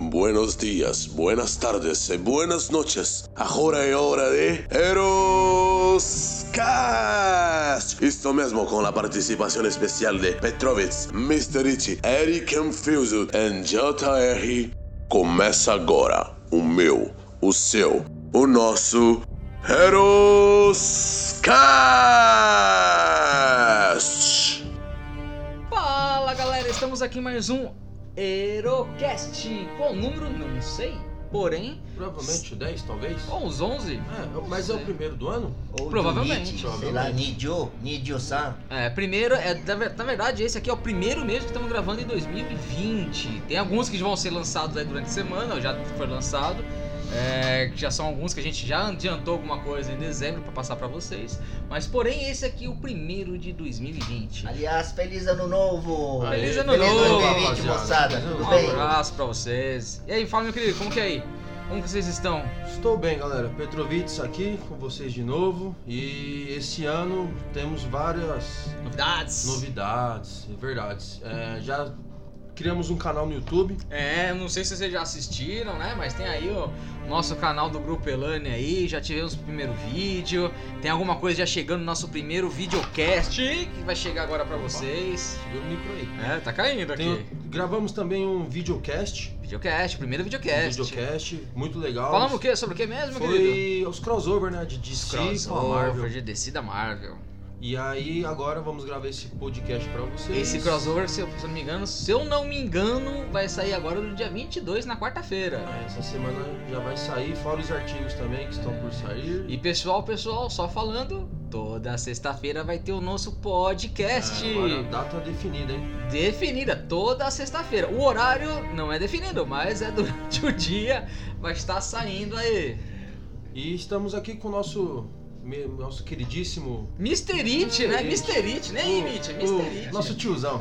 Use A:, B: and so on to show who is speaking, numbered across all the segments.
A: Buenos días, buenas tardes e buenas noches. Agora é hora de Heroes Cast. Isto mesmo com a participação especial de Petrovitz, Mr. Itchy, Eric Confused e JR. Começa agora o meu, o seu, o nosso Heroes Cast.
B: Fala galera, estamos aqui em mais um Herocast. Qual número? Não sei. Porém,
C: Provavelmente 10, talvez.
B: ou uns 11?
C: É, eu- mas é o primeiro do ano?
D: Ou
B: Provavelmente.
D: Do Nietzsche, sei lá, Nidio, Nidio-san.
B: É, primeiro, é, na ver- na verdade, esse aqui é o primeiro mesmo que estamos gravando em 2020. Tem alguns que vão ser lançados aí durante a semana, ou já foi lançado. É, que já são alguns que a gente já adiantou alguma coisa em dezembro pra passar pra vocês. Mas, porém, esse aqui é o primeiro de 2020.
D: Aliás, feliz ano novo!
B: Aê, Feliz ano
D: Feliz
B: novo,
D: 2020,
C: rapaziada.
D: moçada,
C: Feliz
D: tudo
C: ano
B: Um
D: bem?
C: novo.
B: abraço pra vocês. E aí, fala, meu querido, como que é aí? Como que vocês estão?
C: Estou bem, galera. Petrovitz aqui com vocês de novo. E esse ano temos várias
B: Novidades?
C: novidades e verdades. É, já criamos um canal no YouTube.
B: É, não sei se vocês já assistiram, né? Mas tem aí o nosso canal do Grupo Elane aí, já tivemos o primeiro vídeo, tem alguma coisa já chegando no nosso primeiro videocast que vai chegar agora pra vocês.
C: Segura o micro aí.
B: É, tá caindo aqui.
C: Tem o- gravamos também um videocast.
B: Videocast, primeiro
C: Um
B: videocast.
C: videocast muito legal.
B: Falamos o quê? Sobre o que mesmo, querido?
C: Foi os crossover, né? De DC com a Marvel.
B: de DC da Marvel.
C: E aí, agora vamos gravar esse podcast pra vocês.
B: Esse crossover, se eu, se eu não me engano, se eu não me engano, vai sair agora no dia 22, na quarta-feira.
C: Essa semana já vai sair, fora os artigos também que estão por sair.
B: E pessoal, pessoal, só falando, toda sexta-feira vai ter o nosso podcast
C: É, Agora, data definida, hein?
B: definida toda sexta-feira. O horário não é definido, mas é durante o dia, vai estar saindo aí.
C: E estamos aqui com o nosso, me- nosso queridíssimo.
B: Misterite, né? Misterite, nem aí,
C: o-
B: Mitch, é
C: o
B: Misterite.
C: Nosso tiozão.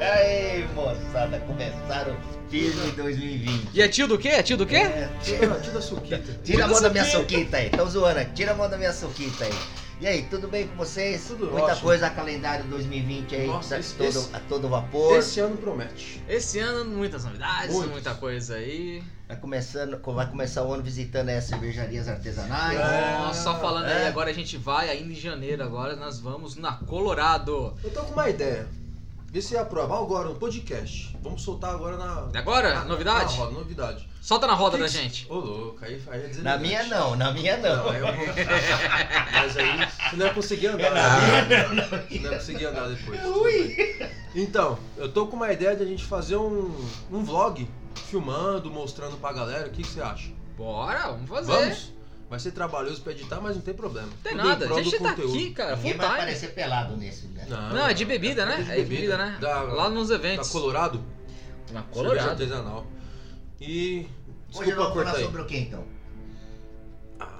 D: Aê, moçada, começaram firme 2020.
B: E é tio do quê? É tio do quê?
D: É, tira,
C: Tira, tira a suquita.
D: tira a mão da minha
B: Soquita.
D: soquita aí, tão zoando, aí. tira a mão da minha soquita aí. E aí, tudo bem com vocês?
C: Tudo
D: Muita
C: ótimo.
D: coisa a calendário 2020 aí,
C: Nossa,
D: tá
C: esse-
D: todo,
C: esse-
D: a todo vapor.
C: Esse ano promete.
B: Esse ano, muitas novidades,
C: Muitas.
B: muita coisa aí.
D: Vai, começando, vai começar o ano visitando aí as cervejarias artesanais.
C: É.
B: Nossa, só falando aí,
D: é.
B: agora a gente vai, ainda em janeiro, agora nós vamos na Colorado.
C: Eu tô com uma ideia. Vê se aprova agora um podcast. Vamos soltar agora na.
B: E É agora,
C: Ah, tá na-
B: novidade?
C: Na roda, novidade.
B: Solta na roda
C: Que
B: da
C: que-
B: gente.
C: Ô, louco, aí, aí é deselegante.
D: Na minha não, na minha não.
C: Não, aí eu vou. Mas aí você não ia conseguir andar.
D: É, na
C: né? Você não ia conseguir andar depois.
D: É
C: tudo bem. Então, eu tô com uma ideia de a gente fazer um, um vlog filmando, mostrando pra galera. O que, que você acha?
B: Bora, vamos fazer.
C: Vamos? Vai ser trabalhoso pra editar, mas não tem problema.
B: Não tem
C: Tudo em
B: nada,
C: prol
B: a
C: do
B: gente tá
C: conteúdo.
B: aqui, cara, full
D: Ninguém vai
B: time.
D: aparecer pelado nesse, né?
B: Não, é de bebida, né?
C: É de
B: É de bebida,
C: bebida,
B: né?
C: da-
B: Lá nos
C: Tá
B: eventos.
C: colorado?
B: Na
C: Cerveja
B: Colorado.
C: artesanal. E.
D: Hoje nós
C: Desculpa
D: vamos falar
C: cortar aí.
D: sobre o que então?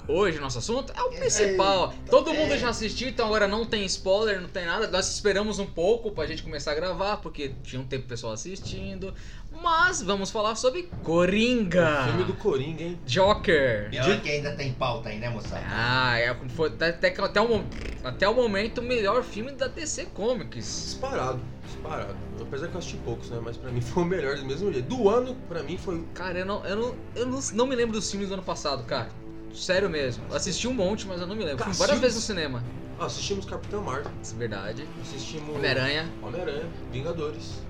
B: Hoje nosso assunto é o
C: tá
B: principal. Todo mundo já assistiu, então agora não tem spoiler, não tem nada. Nós esperamos um pouco pra gente começar a gravar, porque tinha um tempo o pessoal assistindo. Mas vamos falar sobre Coringa.
C: O filme do Coringa, hein?
B: Joker.
D: E olha que ainda tem pauta aí, né, moçada?
B: Ah, é, foi até, até, que- até o, mo- até o momento o melhor filme da DC Comics.
C: Disparado, disparado. Apesar que eu assisti poucos, né? Mas pra mim foi o melhor do mesmo jeito. Do ano, pra mim, foi
B: Cara, eu não, eu não, eu não, não me lembro dos filmes do ano passado, cara. Sério mesmo. Eu Assisti um monte, mas eu não me lembro. Fui várias
C: Cacilda.
B: vezes no cinema.
C: Ah, assistimos Capitão Marvel,
B: Isso é verdade.
C: assistimos
B: Homem-Aranha,
C: Homem-Aranha, Vingadores,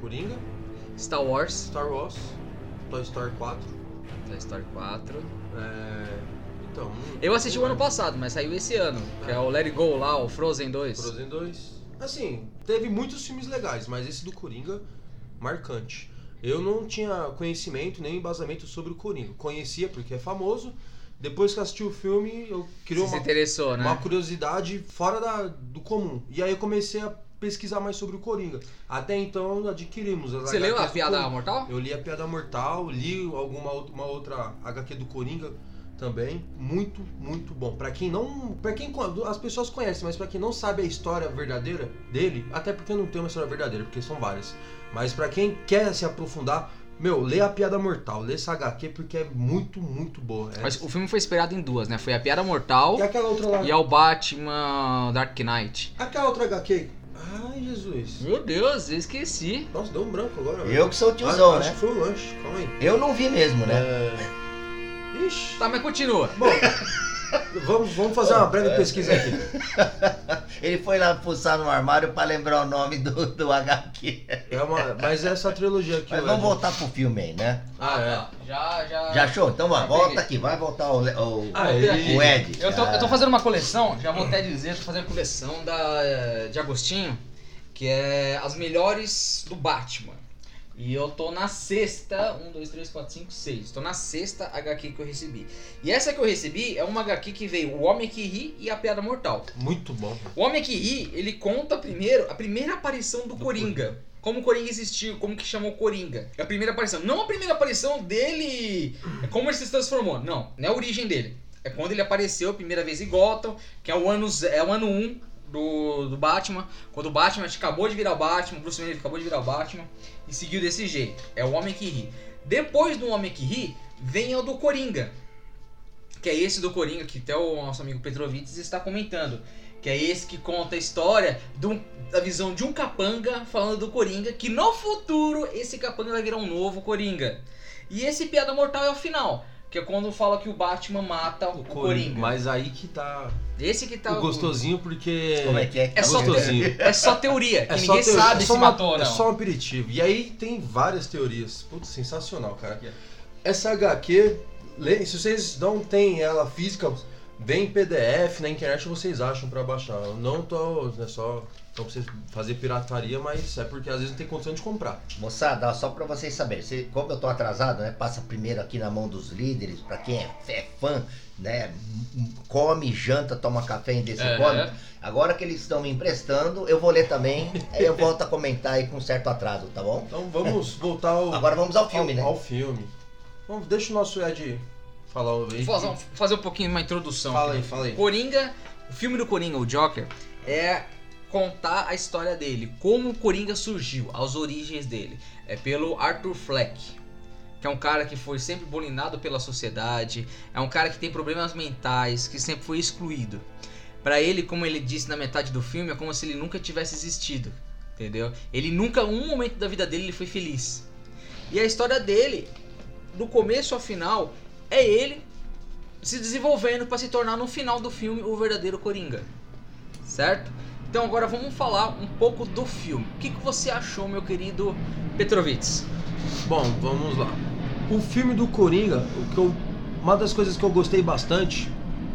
C: Coringa,
B: Star Wars,
C: Star Wars, Toy Story 4.
B: Toy Story 4.
C: É... Então. hum,
B: Eu assisti o
C: tem
B: ano
C: mais.
B: passado, mas saiu esse ano. Que é o Let It Go lá, o Frozen 2.
C: Tá. Frozen 2. Assim, teve muitos filmes legais, mas esse do Coringa, marcante. Eu não tinha conhecimento nem embasamento sobre o Coringa. Conhecia porque é famoso. Depois que assisti o filme, eu criou
B: Você se
C: uma
B: interessou, né?
C: uma curiosidade fora da- do comum. E aí eu comecei a pesquisar mais sobre o Coringa. Até então adquirimos as
B: Você leu a
C: HQs do
B: piada
C: Coringa.
B: mortal?
C: Eu li a Piada Mortal, li alguma outra, uma outra HQ do Coringa também. Muito, muito bom. Pra quem não, para quem co- as pessoas conhecem, mas pra quem não sabe a história verdadeira dele, até porque não tem uma história verdadeira, porque são várias. Mas pra quem quer se aprofundar, meu, lê a Piada Mortal, lê essa HQ porque é muito, muito boa. É.
B: Mas o filme foi esperado em duas, né? Foi a Piada Mortal
C: E aquela outra lá?
B: e é o Batman Dark Knight.
C: Aquela outra HQ, Ai, Jesus.
B: Meu Deus, eu esqueci.
C: Nossa, deu um branco agora. velho.
D: Eu que sou o
C: Ah,
D: tiozão,
C: Acho
D: né?
C: que foi um lanche, calma aí.
D: Eu não vi mesmo, né?
C: É... Ixi.
B: Tá, mas continua.
C: Bom, vamos, vamos fazer uma breve
D: É.
C: pesquisa aqui.
D: Ele foi lá fuçar no armário pra lembrar o nome do, do HQ.
C: É uma, mas é essa trilogia aqui,
D: Mas
C: velho.
D: vamos voltar pro filme aí, né?
C: Ah, é.
B: tá. Já, já.
D: Já achou? Então
B: já
D: ó, volta
B: peguei.
D: aqui, vai voltar o, o,
C: Ah,
B: Voltei
C: ele-
D: o Ed.
B: Eu tô,
D: Ah,
B: eu tô fazendo uma coleção, já vou até dizer, tô fazendo a coleção da, eh, de Agostinho, que é as melhores do Batman. E eu tô na sexta, 1, 2, 3, 4, 5, 6. Tô na sexta HQ que eu recebi. E essa que eu recebi é uma HQ que veio O Homem que Ri e a Piada Mortal.
C: é. Muito bom.
B: O Homem que Ri, ele conta primeiro a primeira aparição do, Coringa. Como o Coringa existiu, como que chamou o Coringa. É a primeira aparição. Não a primeira aparição dele. É como ele se transformou. Não, não é a origem dele. É quando ele apareceu a primeira vez em Gotham, que é o ano, ze- é o ano 1 do, do Batman. Quando o Batman acho que acabou de virar o Batman, o Bruce Wayne acabou de virar o Batman. E seguiu desse jeito. É o Homem que Ri. Depois do Homem que Ri, vem o do Coringa. Que é esse do Coringa, que até o nosso amigo Petrovitz está comentando. Que é esse que conta a história de um- da visão de um capanga falando do Coringa, que no futuro esse capanga vai virar um novo Coringa. E esse Piada Mortal é o final, que é quando fala que o Batman mata o, Coringa.
C: Mas aí que tá,
B: Esse que tá
C: o gostosinho, porque...
D: Como é que é?
B: É só
C: gostosinho.
B: É só teoria, que
C: É só
B: ninguém
C: teoria,
B: sabe
C: é só
B: se
C: uma-
B: matou ou não.
C: É só um aperitivo. E aí tem várias teorias. Putz, sensacional, cara. Essa HQ, le- se vocês não têm ela física, vem em PDF na internet vocês acham pra baixar. Eu não tô, né, só não pra vocês fazer pirataria, mas é porque às vezes não tem condição de comprar.
D: Moçada, ó, só pra vocês saberem, se- como eu tô atrasado, né? Passa primeiro aqui na mão dos líderes, pra quem é, fé- fã, né? m- Come, janta, toma café em desse
B: É.
D: come. Agora que eles estão me emprestando, eu vou ler também, aí eu volto a comentar aí com certo atraso, tá bom?
C: Então vamos voltar ao
D: Agora vamos ao filme,
C: ao,
D: né?
C: ao filme. Vamos, deixa o nosso Ed falar o
B: Vou fazer, um- fazer um pouquinho uma introdução.
C: Fala
B: aqui.
C: aí, fala aí.
B: Coringa, o filme do Coringa, o Joker, é contar a história dele, como o Coringa surgiu, as origens dele. É pelo Arthur Fleck, que é um cara que foi sempre bolinado pela sociedade, é um cara que tem problemas mentais, que sempre foi excluído. Pra ele, como ele disse na metade do filme, é como se ele nunca tivesse existido, entendeu? Ele nunca, um momento da vida dele, ele foi feliz. E a história dele, do começo ao final, é ele se desenvolvendo pra se tornar no final do filme o verdadeiro Coringa. Certo? Então agora vamos falar um pouco do filme. O que, que você achou, meu querido Petrovitz?
C: Bom, vamos lá. O filme do Coringa, o que eu- uma das coisas que eu gostei bastante,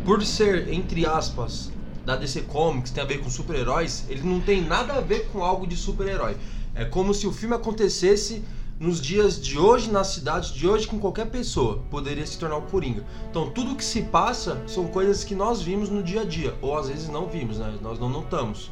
C: por ser, entre aspas, da DC Comics, tem a ver com super-heróis, ele não tem nada a ver com algo de super-herói. É como se o filme acontecesse nos dias de hoje, na cidade de hoje, com qualquer pessoa poderia se tornar o Coringa. Então, tudo que se passa são coisas que nós vimos no dia a dia, ou às vezes não vimos, né? Nós não notamos.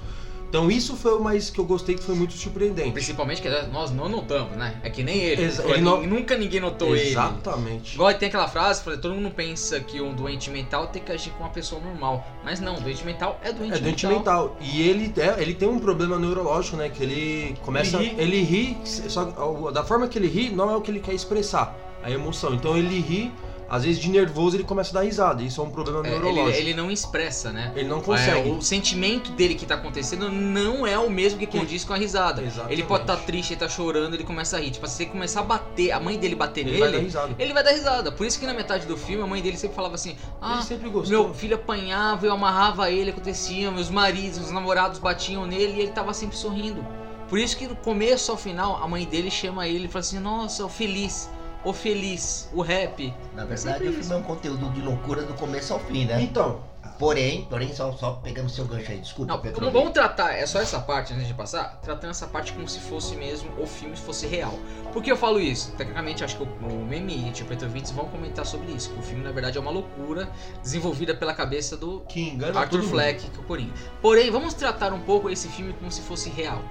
C: Então, isso foi o mais que eu gostei, que foi muito surpreendente.
B: Principalmente que nós não notamos, né? É que nem ele.
C: Exa-
B: Porque
C: ele não-
B: Nunca ninguém notou ele.
C: Exatamente.
B: Igual tem aquela frase, fala, todo mundo pensa que um doente mental tem que agir como uma pessoa normal. Mas não, doente mental é doente
C: É
B: mental.
C: doente mental. E ele, é, ele tem um problema neurológico, né? Que ele começa.
B: Ele ri.
C: Ele ri, só, o- da forma que ele ri, não é o que ele quer expressar, a emoção. Então ele ri, às vezes de nervoso ele começa a dar risada. Isso é um problema
B: É, ele,
C: neurológico. Ele,
B: ele não expressa, né?
C: não
B: É,
C: consegue.
B: o sentimento dele que tá acontecendo não é o mesmo que condiz com a risada.
C: Exatamente.
B: Ele pode estar triste, ele tá chorando, ele começa a rir. Tipo, se você começar a bater, a mãe dele bater
C: Ele
B: nele,
C: vai dar risada.
B: ele vai dar risada. Por isso que na metade do filme a mãe dele sempre falava assim: Ah,
C: ele sempre gostou.
B: meu filho apanhava, eu amarrava ele, acontecia, meus maridos, meus namorados batiam nele e ele tava sempre sorrindo. Por isso que do começo ao final a mãe dele chama ele e fala assim: Nossa, o feliz, o feliz, o rap.
D: Na verdade, o filme é um conteúdo de loucura do começo ao fim, né?
C: Então,
D: Porém, porém, só, só pegando seu gancho aí, desculpa,
B: Não,
D: Pedro.
B: vamos, vamos tratar, é só essa parte antes de passar, tratando essa parte como se fosse mesmo o filme fosse real. Por que eu falo isso? Tecnicamente, acho que o, o Memit e o Petrovitz vão comentar sobre isso, que o filme na verdade é uma loucura desenvolvida pela cabeça do
C: que engana.
B: Arthur
C: todo mundo.
B: Fleck, que é o Coringa. Porém, vamos tratar um pouco esse filme como se fosse real.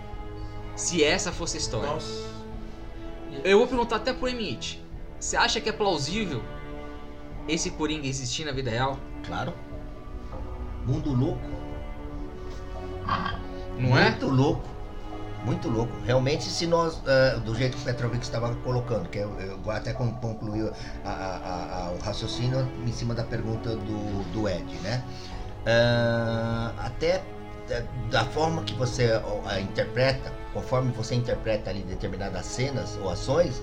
B: Se essa fosse a história.
C: Nossa.
B: Eu vou perguntar até pro Emit: você acha que é plausível esse Coringa existir na vida real?
D: Claro. Mundo louco.
B: Não é?
D: Muito louco. Muito louco. Realmente, se nós, ah, do jeito que o Petrovic estava colocando, que eu, eu até con- concluiu a- a- a- o raciocínio em cima da pergunta do, do Ed, né? Ah, até da- da forma que você ó, a interpreta, conforme você interpreta ali determinadas cenas ou ações,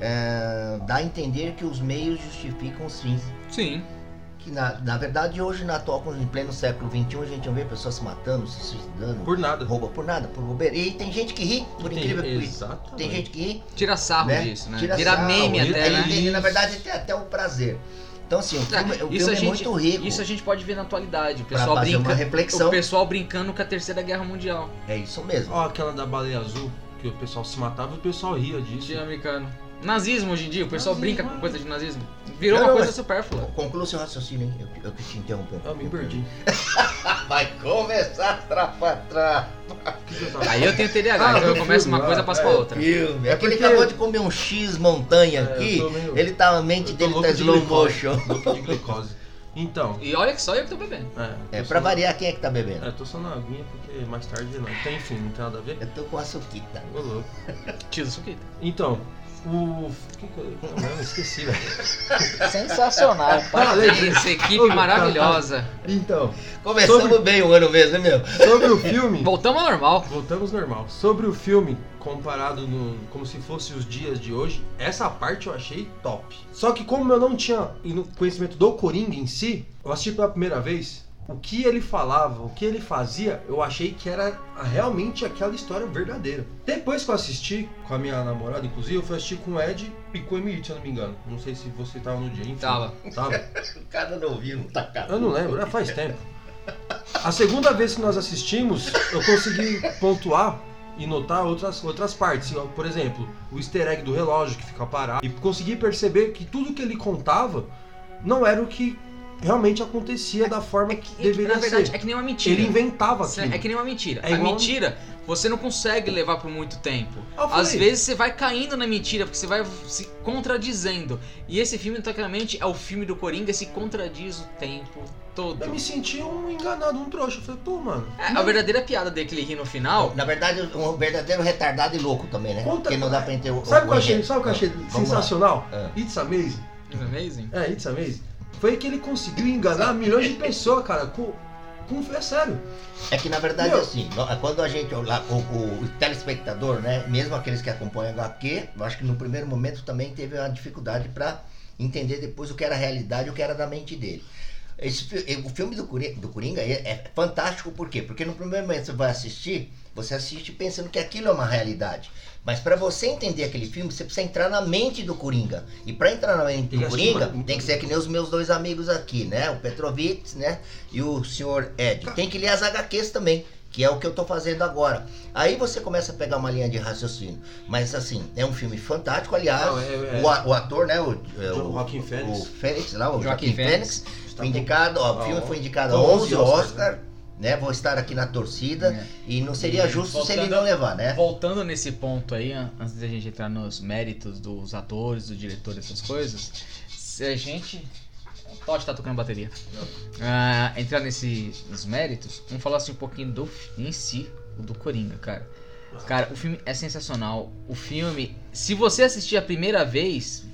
D: é, dá a entender que os meios justificam os fins.
B: Sim.
D: Que na, na verdade hoje, na atual, em pleno século XXI, a gente vê pessoas se matando, se suicidando,
C: Por nada.
D: rouba por nada, por bobeira. E tem gente que ri, por
C: Tem-
D: incrível que pareça.
C: Exatamente.
D: Tem gente que ri,
B: Tira sarro
D: né?
B: disso, né?
D: Tira
B: Vira
D: sarro,
B: meme
D: ele- é
B: até,
D: ele-
B: né?
D: ele, na verdade, tem até o prazer. Então, assim, o
C: Ah,
D: filme, o
B: Isso
D: filme
B: a
D: é
B: gente-
D: muito rico
B: Isso a gente pode ver na atualidade. O
D: pra
B: pessoal,
D: fazer uma
B: brinca,
D: reflexão.
B: o pessoal brincando com a Terceira Guerra Mundial.
D: É isso mesmo.
C: Ó, aquela da baleia azul, que o pessoal se matava e o pessoal ria disso.
B: Tinha americano. Nazismo hoje em dia, o pessoal
C: Nazismo,
B: brinca com
C: é.
B: coisa de nazismo. Virou
D: Não,
B: uma
D: não,
B: coisa
D: mas-
B: supérflua.
D: Conclua seu raciocínio, hein? Eu, eu que te interrompi.
C: Eu me perdi.
D: Vai começar a trapatrá.
C: O que que eu tava
B: Aí eu tenho TDAH,
C: Ah,
B: então eu
C: eu
B: começo
C: fui
B: uma
C: lá,
B: coisa, passo pra
C: é,
B: outra.
D: Filme. É,
C: É
D: que ele
C: porque-
D: acabou de comer um X montanha
C: É, eu
D: aqui.
C: tô meio-
D: Ele tá, a mente
C: eu tô
D: dele tá
C: louco de
D: slow
C: glicose,
D: motion.
C: louco de glicose. Então,
B: E olha que só eu que tô bebendo.
C: é.
D: É,
C: tô
D: pra
C: só-
D: variar, quem é que tá bebendo?
C: É, tô só na aguinha porque mais tarde não. Tem, enfim, não tem nada a ver.
D: Eu tô com açuquita.
C: Ô, louco.
B: Tio do suquita.
C: Então, o. O que que eu. Não, esqueci, velho.
B: Sensacional. Parabéns,
C: Ô,
B: equipe
C: tá, tá.
B: maravilhosa.
C: Então,
D: Começamos
C: Sobre-
D: bem o ano mesmo, hein, meu?
C: sobre o filme.
B: Voltamos ao normal.
C: Voltamos normal. Sobre o filme, comparado no, como se fosse os dias de hoje, essa parte eu achei top. Só que como eu não tinha ino- conhecimento do Coringa em si, eu assisti pela primeira vez, o que ele falava, o que ele fazia, eu achei que era a- realmente aquela história verdadeira. Depois que eu assisti, com a minha namorada, inclusive, eu fui assistir com o Ed e com o Emily, se eu não me engano. Não sei se você tava no dia, enfim.
B: Tava.
C: Tava.
D: O cara não ouviu, não tá caro.
C: Eu não lembro, é, faz tempo. A segunda vez que nós assistimos, eu consegui pontuar e notar outras, outras partes. Por exemplo, o easter egg do relógio que fica parado. E consegui perceber que tudo que ele contava não era o que realmente acontecia da forma
B: É
C: que,
B: que, é que,
C: deveria
B: na verdade,
C: ser.
B: é que nem uma mentira.
C: ele inventava
B: Cê-
C: aquilo.
B: É que nem uma mentira.
C: É
B: a
C: igual-
B: mentira você não consegue levar por muito tempo.
C: Ah, eu falei.
B: Às vezes você vai caindo na mentira, porque você vai se contradizendo. E esse filme, tecnicamente, é o filme do Coringa se contradiz o tempo todo.
C: Eu me senti um enganado, um trouxa. Eu falei, pô, mano.
B: É, a verdadeira piada dele que ele ri no final.
D: Na verdade, um verdadeiro retardado e louco também, né?
C: Conta-
D: Porque não dá pra entender o
C: Sabe o
D: o
C: que eu achei,
D: enredo.
C: sabe o que eu achei
D: Vamos lá.
C: sensacional?
D: Ah.
C: It's amazing.
B: Isn't Amazing.
C: É, It's Amazing. Foi que ele conseguiu enganar milhões de pessoas, cara. Com, com, é sério.
D: É que na verdade
C: Meu.
D: assim, nó- quando a gente, lá, o, o- o telespectador, né, mesmo aqueles que acompanham a HQ, eu acho que no primeiro momento também teve uma dificuldade para entender depois o que era a realidade e o que era da mente dele. Esse fi- eh, o filme do Coringa, do Coringa é, é fantástico, por quê? Porque no primeiro momento você vai assistir, você assiste pensando que aquilo é uma realidade. Mas para você entender aquele filme, você precisa entrar na mente do Coringa. E para entrar na mente
C: Tem
D: do
C: que
D: Coringa,
C: assistir uma-
D: tem que ser que nem os meus dois amigos aqui, né? O Petrovitz, né? E o senhor Ed.
C: Tá.
D: Tem que ler as HQs também, que é o que eu tô fazendo agora. Aí você começa a pegar uma linha de raciocínio. Mas assim, é um filme fantástico, aliás.
C: Não, é- é-
D: O, a- o ator, né? O, é,
C: John
D: o-
C: Joaquim Phoenix.
D: O Fênix, lá, o
B: Joaquim
D: Joaquim Fênix. Foi indicado, ó, o
C: Ah,
D: filme foi indicado a
C: Então,
D: 11
C: Oscar,
D: Oscar, né? Vou estar aqui na torcida.
B: É.
D: E não seria
B: E
D: justo se
B: voltando-
D: ele não levar, né?
B: Voltando nesse ponto aí, an- antes da gente entrar nos méritos dos atores, do diretor, essas coisas, se a gente. O Todd tá tocando bateria. Ah, entrar nesse, nos méritos, vamos falar assim um pouquinho do fi- em si, o do Coringa, cara. Cara, o filme é sensacional. O filme, se você assistir a primeira vez,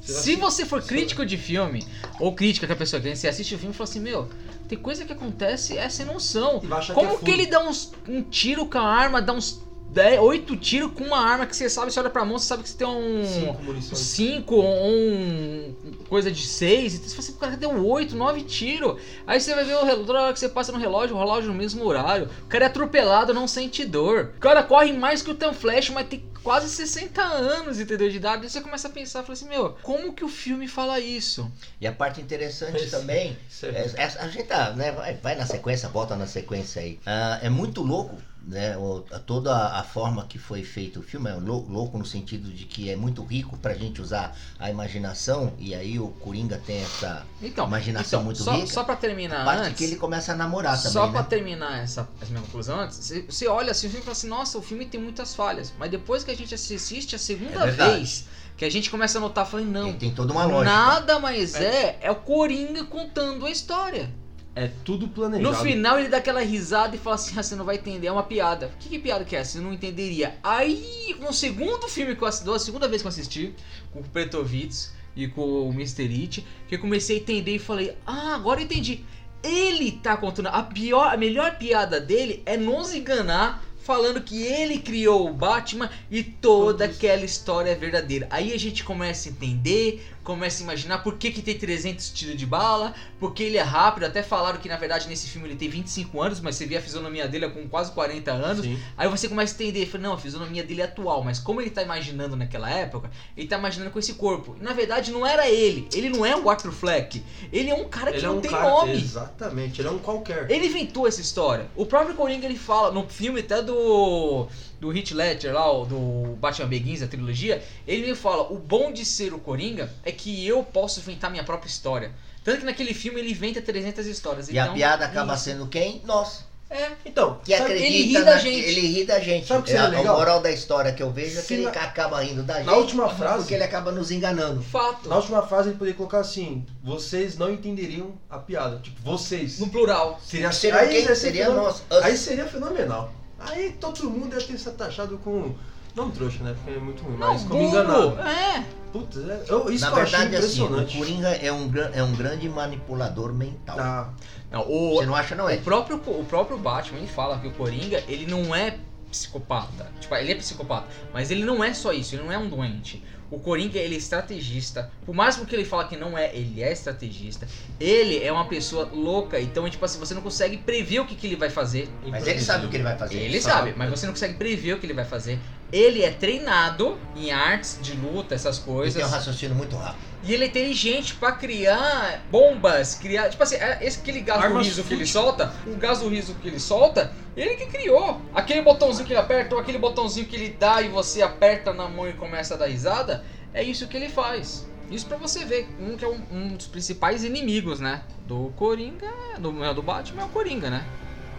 C: Você
B: se
C: assiste-
B: você for crítico de filme, ou crítica que a pessoa que você assiste o filme e fala assim, meu, tem coisa que acontece é sem noção.
C: E vai achar
B: Como
C: é
B: que
C: furo.
B: ele dá uns, um tiro com a arma, dá uns 10, 8 tiros com uma arma que você sabe, você olha pra mão, você sabe que você tem um
C: Cinco munições.
B: 5 ou um coisa de 6, então você fala assim, cara, deu 8, 9 tiros. Aí você vai ver o relógio, toda hora que você passa no relógio, o relógio no mesmo horário. O cara é atropelado, não sente dor. O cara corre mais que o Tan Flash, mas tem quase 60 anos, entendeu, de idade. Aí você começa a pensar, fala assim, meu, como que o filme fala isso?
D: E a parte interessante
C: Esse-
D: também.
C: Sério.
D: é- é- a gente tá, né, vai, vai na sequência, volta na sequência aí. Ah, é muito louco, né? o- a- toda a forma que foi feito o filme é lou- louco no sentido de que é muito rico pra gente usar a imaginação. E aí o Coringa tem essa
B: Então,
D: Imaginação muito
B: só,
D: rica.
B: só pra terminar
D: parte
B: antes...
D: que ele começa a namorar também.
B: Só pra
D: né?
B: terminar essa, essa minha conclusão antes, você- você olha assim o filme e fala assim, nossa, o filme tem muitas falhas. Mas depois que a gente assiste a segunda
D: É verdade.
B: vez, que a gente começa a notar, falando,
D: Ele
B: um não,
D: tem toda uma lógica.
B: nada mais é, é o Coringa contando a história.
C: É tudo planejado.
B: No final ele dá aquela risada e fala assim, ah, você não vai entender, é uma piada. Que, que piada que é? Você não entenderia. Aí, no segundo filme que eu assisti, a segunda vez que eu assisti, com o Petovitz e com o Mr. It, que eu comecei a entender e falei, ah, agora eu entendi. Ele tá contando. A, pior, a melhor piada dele é nos enganar falando que ele criou o Batman e toda
C: Todos.
B: aquela história é verdadeira. Aí a gente começa a entender, começa a imaginar por que, que tem 300 tiros de bala, porque ele é rápido. Até falaram que na verdade nesse filme ele tem 25 anos, mas você vê a fisionomia dele é com quase 40 anos.
C: Sim.
B: Aí você começa a entender, fala, não, a fisionomia dele é atual, mas como ele tá imaginando naquela época, ele tá imaginando com esse corpo. E, na verdade não era ele, ele não é o Arthur Fleck, ele é um cara que
C: Ele é
B: não
C: um
B: tem
C: cara.
B: nome.
C: Exatamente, ele é um qualquer.
B: Ele inventou essa história. O próprio Coringa ele fala, no filme até do do Heath Ledger lá, o- do Batman Begins, a trilogia, ele me fala, o bom de ser o Coringa é que eu posso inventar minha própria história. Tanto que naquele filme ele inventa 300 histórias.
D: E a
B: então,
D: piada acaba sendo quem? Nós.
B: É,
C: Então,
D: Que
C: sabe-
D: acredita
B: ele ri da
D: na-
B: gente.
D: Ele ri da gente.
C: Sabe o que
D: é,
C: seria
D: a
C: legal?
D: moral da história que eu vejo é que
C: Se
D: ele
C: na-
D: acaba rindo da gente.
C: na última
D: Porque
C: frase.
D: ele é acaba nos enganando.
B: um fato.
C: Na última frase ele poderia colocar assim: vocês não entenderiam a piada. Tipo, vocês.
B: No plural.
C: Seria,
D: Seria
C: aí
D: quem?
C: ia ser
D: Seria
C: fenomenal.
D: nós. Us.
C: Aí seria fenomenal. Aí todo mundo ia ter se taxado com. Não trouxa, né? Porque é muito ruim, mas
B: não,
C: como
B: burro.
C: enganado.
B: É.
C: Putz, é, eu, isso
D: Na
C: que eu achei
D: verdade, assim, o
C: impressionante.
D: Coringa é um, gran- é um grande manipulador mental.
C: Tá.
B: Não, o,
D: Você não acha, não
B: O
D: é?
B: próprio, o próprio Batman ele fala que o Coringa ele não é psicopata. Tipo, ele é psicopata, mas ele não é só isso, ele não é um doente. O Coringa ele é estrategista. Por mais que ele fala que não é, ele é estrategista. Ele é uma pessoa louca, então é tipo assim, você não consegue prever o que, que ele vai fazer.
D: Mas ele sabe o que ele vai fazer.
B: Ele
C: sabe.
B: sabe, mas você não consegue prever o que ele vai fazer. Ele é treinado em artes de luta, essas
D: Ele tem um
B: coisas.
D: raciocínio muito rápido.
B: E ele é inteligente pra criar bombas, criar. Tipo assim, é- esse aquele gás do
C: Armas
B: riso que ele
C: fúteis.
B: solta, o gás do riso que ele solta, ele que criou. Aquele botãozinho que ele aperta, ou aquele botãozinho que ele dá e você aperta na mão e começa a dar risada, é isso que ele faz. Isso pra você ver, um que é um, um dos principais inimigos, né? Do Coringa, do, do Batman é o Coringa, né?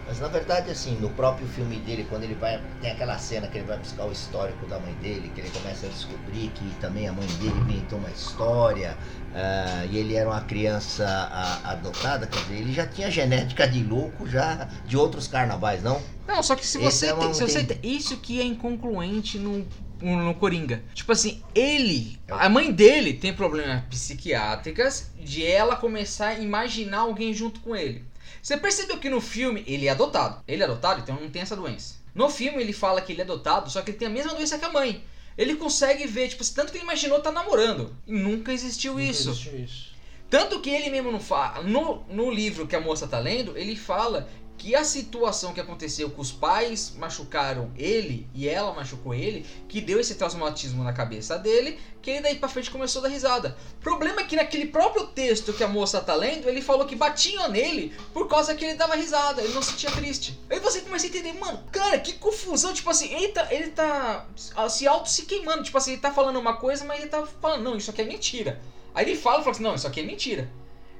D: Mas na verdade, assim, no próprio filme dele, quando ele vai. Tem aquela cena que ele vai buscar o histórico da mãe dele, que ele começa a descobrir que também a mãe dele inventou uma história. ah, e ele era uma criança ah, adotada, quer dizer, ele já tinha genética de louco já de outros carnavais, não?
B: Não, só que se
D: Esse
B: você
D: é um
B: tem, se você
D: tem-
B: tem- Isso que é incongruente no, no, no Coringa. Tipo assim, ele.
D: É
B: A mãe dele tem problemas psiquiátricas de ela começar a imaginar alguém junto com ele. Você percebeu que no filme ele é adotado. Ele é adotado, então não tem essa doença. No filme ele fala que ele é adotado, só que ele tem a mesma doença que a mãe. Ele consegue ver, tipo, tanto que ele imaginou tá namorando. E nunca existiu isso.
C: Existe isso.
B: Tanto que ele mesmo não fala. No, no livro que a moça tá lendo, ele fala que a situação que aconteceu que os pais machucaram ele e ela machucou ele, que deu esse traumatismo na cabeça dele, que ele daí pra frente começou a dar risada. Problema é que naquele próprio texto que a moça tá lendo, ele falou que batiam nele por causa que ele dava risada, ele não se sentia triste. Aí você começa a entender, mano, cara, que confusão, tipo assim, ele tá, ele tá se auto se queimando, tipo assim, ele tá falando uma coisa, mas ele tá falando, não, isso aqui é mentira. Aí ele fala e fala assim, não, isso aqui é mentira.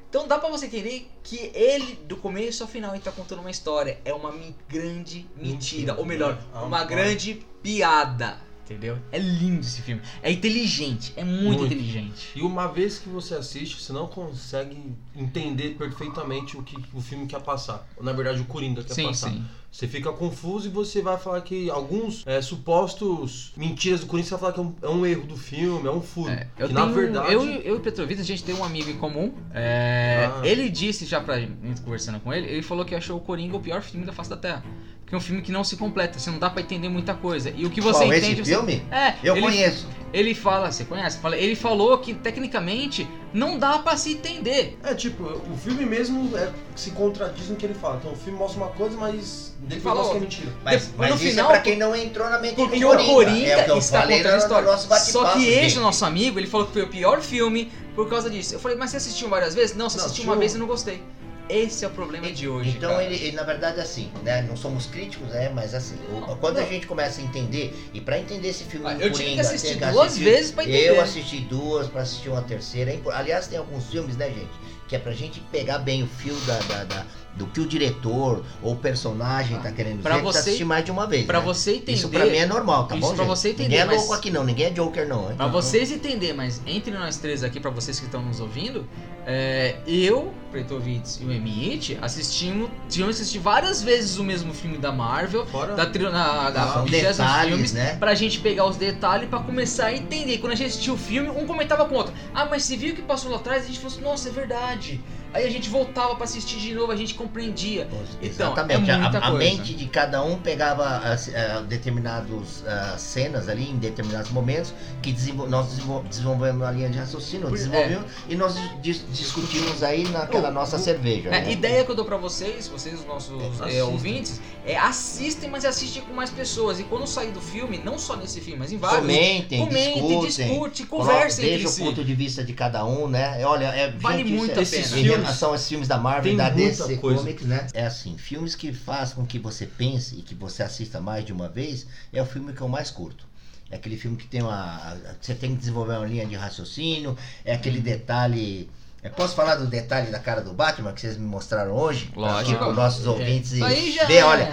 B: Então dá pra você entender que ele, do começo ao final, ele tá contando uma história. É uma mi- grande mentira.
C: Mentira.
B: Ou melhor,
C: Ah,
B: uma
C: ah.
B: grande piada. Entendeu? É lindo esse filme. É inteligente, é muito,
C: Muito.
B: inteligente.
C: E uma vez que você assiste, você não consegue entender perfeitamente o que o filme quer passar. Ou, Na verdade, o Coringa quer passar. Você fica confuso e você vai falar que alguns é, supostos mentiras do Corinthians você vai falar que é um, é um erro do filme, é um furo.
B: É, eu,
C: que
B: tenho,
C: na verdade.
B: eu, eu e o Petrovic, a gente tem um amigo em comum. É,
C: Ah.
B: Ele disse já pra mim, conversando com ele, ele falou que achou o Coringa o pior filme da face da Terra. Porque é um filme que não se completa, você não dá pra entender muita coisa. E o que você
D: Qual,
B: entende.
D: esse
B: você-
D: filme?
B: É,
D: Eu
B: ele
D: conheço.
B: Ele fala, você conhece? Fala- Ele falou que tecnicamente não dá pra se entender.
C: É tipo, o filme mesmo é, se contradiz no que ele fala. Então o filme mostra uma coisa, mas depois
B: fala
C: mostra que é
B: outra.
C: mentira.
D: Mas,
B: Depois,
D: mas
B: no
D: isso
B: final,
D: é pra quem não entrou na mente do
B: Porque o Coringa
D: É o que eu
B: está
D: falei
B: contando a
D: no- no
B: história.
D: nosso bate-papo.
B: Só que esse
D: gente.
B: nosso amigo, ele falou que foi o pior filme por causa disso. Eu falei, mas você assistiu várias vezes? Não, só
C: Não,
B: assisti
C: assistiu
B: uma vez e
C: uma.
B: não gostei. Esse é o problema de hoje.
D: Então
B: cara.
D: ele, ele, na verdade, assim, né? Não somos críticos, né? Mas assim, o-
B: Não,
D: quando a
B: não.
D: gente começa a entender, e pra entender esse filme
B: Ah,
D: do
B: eu tive que
D: Coringa,
B: assistir
D: tem que
B: duas
D: assistir-
B: vezes pra entender.
D: Eu assisti duas pra assistir uma terceira. É impor- Aliás, tem alguns filmes, né, gente? Que é pra gente pegar bem o fio da, da- da- do que o diretor ou o personagem tá querendo
B: pra
D: dizer, precisa
B: você-
D: assistir mais de uma vez.
B: Pra
D: né?
B: você entender.
D: Isso pra mim é normal, tá
B: Isso
D: bom,
B: pra
D: gente?
B: você
D: Ninguém
B: entender,
D: é
B: mas-
D: louco aqui não, ninguém é Joker não, hein?
B: Pra vocês entenderem, mas entre nós três aqui, pra vocês que estão nos ouvindo, é, eu, Pretovitz e o Emit assistimos, tínhamos assistido várias vezes o mesmo filme da Marvel,
C: Fora.
B: da tri- na, da
D: São
B: 20ª
D: detalhes,
B: filmes,
D: né?
B: pra gente pegar os detalhes pra começar a entender. Quando a gente assistiu o filme, um comentava com o outro. Ah, mas você viu o que passou lá atrás? A gente falou assim, nossa, é verdade. Aí a gente voltava pra assistir de novo, a gente compreendia. Então,
D: Exatamente.
B: é
D: A-
B: muita
D: a,
B: coisa.
D: mente de cada um pegava as, eh, determinados ah, cenas ali em determinados momentos que desenvol- nós desenvol- desenvolvemos uma linha de raciocínio,
B: Por-
D: desenvolvemos e nós dis- discutimos aí naquela
B: é. O-
D: nossa
B: o-
D: cerveja.
B: É,
D: né?
B: a ideia que eu dou pra vocês, vocês os nossos
D: É,
B: eh,
D: assistem.
B: ouvintes, é assistem, mas assistem com mais pessoas. E quando sair do filme, não só nesse filme, mas em vários,
D: Comentem,
B: comentem,
D: discutem.
B: discute,
D: Coloca-
B: conversem entre
D: Veja o
B: si.
D: ponto de vista de cada um, né? Olha, é,
B: Vale
D: gente,
B: muito
D: isso
B: a
D: é-
B: pena.
D: Em relação aos filmes da Marvel
C: Tem
D: e da
C: muita
D: DC
C: coisa.
D: Comics, né? É assim, filmes que fazem com que você pense e que você assista mais de uma vez, é o filme que eu mais curto. É aquele filme que tem uma. Você tem que desenvolver uma linha de raciocínio, é
B: Uhum.
D: aquele detalhe. é, Posso falar do detalhe da cara do Batman que vocês me mostraram hoje?
B: Lógico.
D: Para os nossos
B: É.
D: ouvintes e
B: Isso aí já
D: ver,
B: é.
D: olha,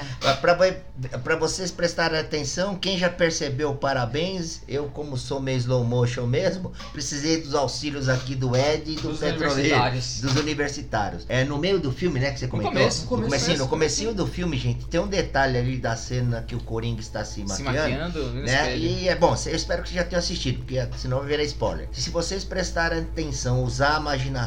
D: para vocês prestarem atenção, quem já percebeu parabéns, eu como sou meio slow motion mesmo, precisei dos auxílios aqui do Ed e do
B: Dos
D: Petroleiro.
B: universitários.
D: Dos universitários. É no meio do filme, né, que você comentou?
B: começo, no começo, é.
D: comecinho, no
B: começo.
D: comecinho do filme, gente, tem um detalhe ali da cena que o Coringa está se
B: Se
D: maquiando.
B: maquiando, no
D: Né?
B: espelho.
D: E é bom, eu espero que vocês já tenham assistido, porque ah, senão vai virar spoiler. Se vocês prestarem atenção, usar a imaginação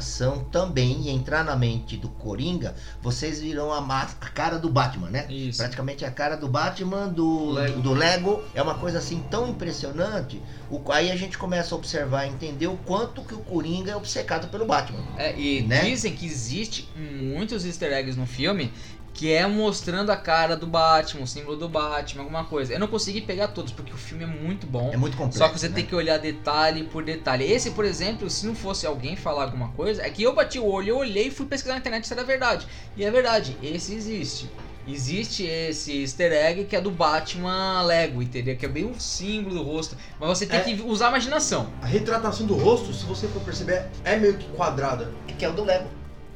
D: também e entrar na mente do Coringa, vocês virão a, ma- a cara do Batman, né?
B: Isso.
D: Praticamente a cara do Batman, do
C: Lego.
D: Lego. do Lego. É uma coisa assim tão impressionante. O- aí a gente começa a observar e entender o quanto que o Coringa é obcecado pelo Batman.
B: É, e
D: Né?
B: dizem que existe muitos easter eggs no filme que é mostrando a cara do Batman, o símbolo do Batman, alguma coisa. Eu não consegui pegar todos, porque o filme é muito bom.
D: É muito complexo.
B: Só que você
D: né?
B: tem que olhar detalhe por detalhe. Esse, por exemplo, se não fosse alguém falar alguma coisa, é que eu bati o olho, eu olhei e fui pesquisar na internet se era verdade. E é verdade, esse existe. Existe esse easter egg que é do Batman Lego, entendeu? Que é bem um símbolo do rosto. Mas você tem
C: É.
B: que usar a imaginação.
C: A retratação do rosto, se você for perceber, é meio que quadrada.
D: que é o do Lego.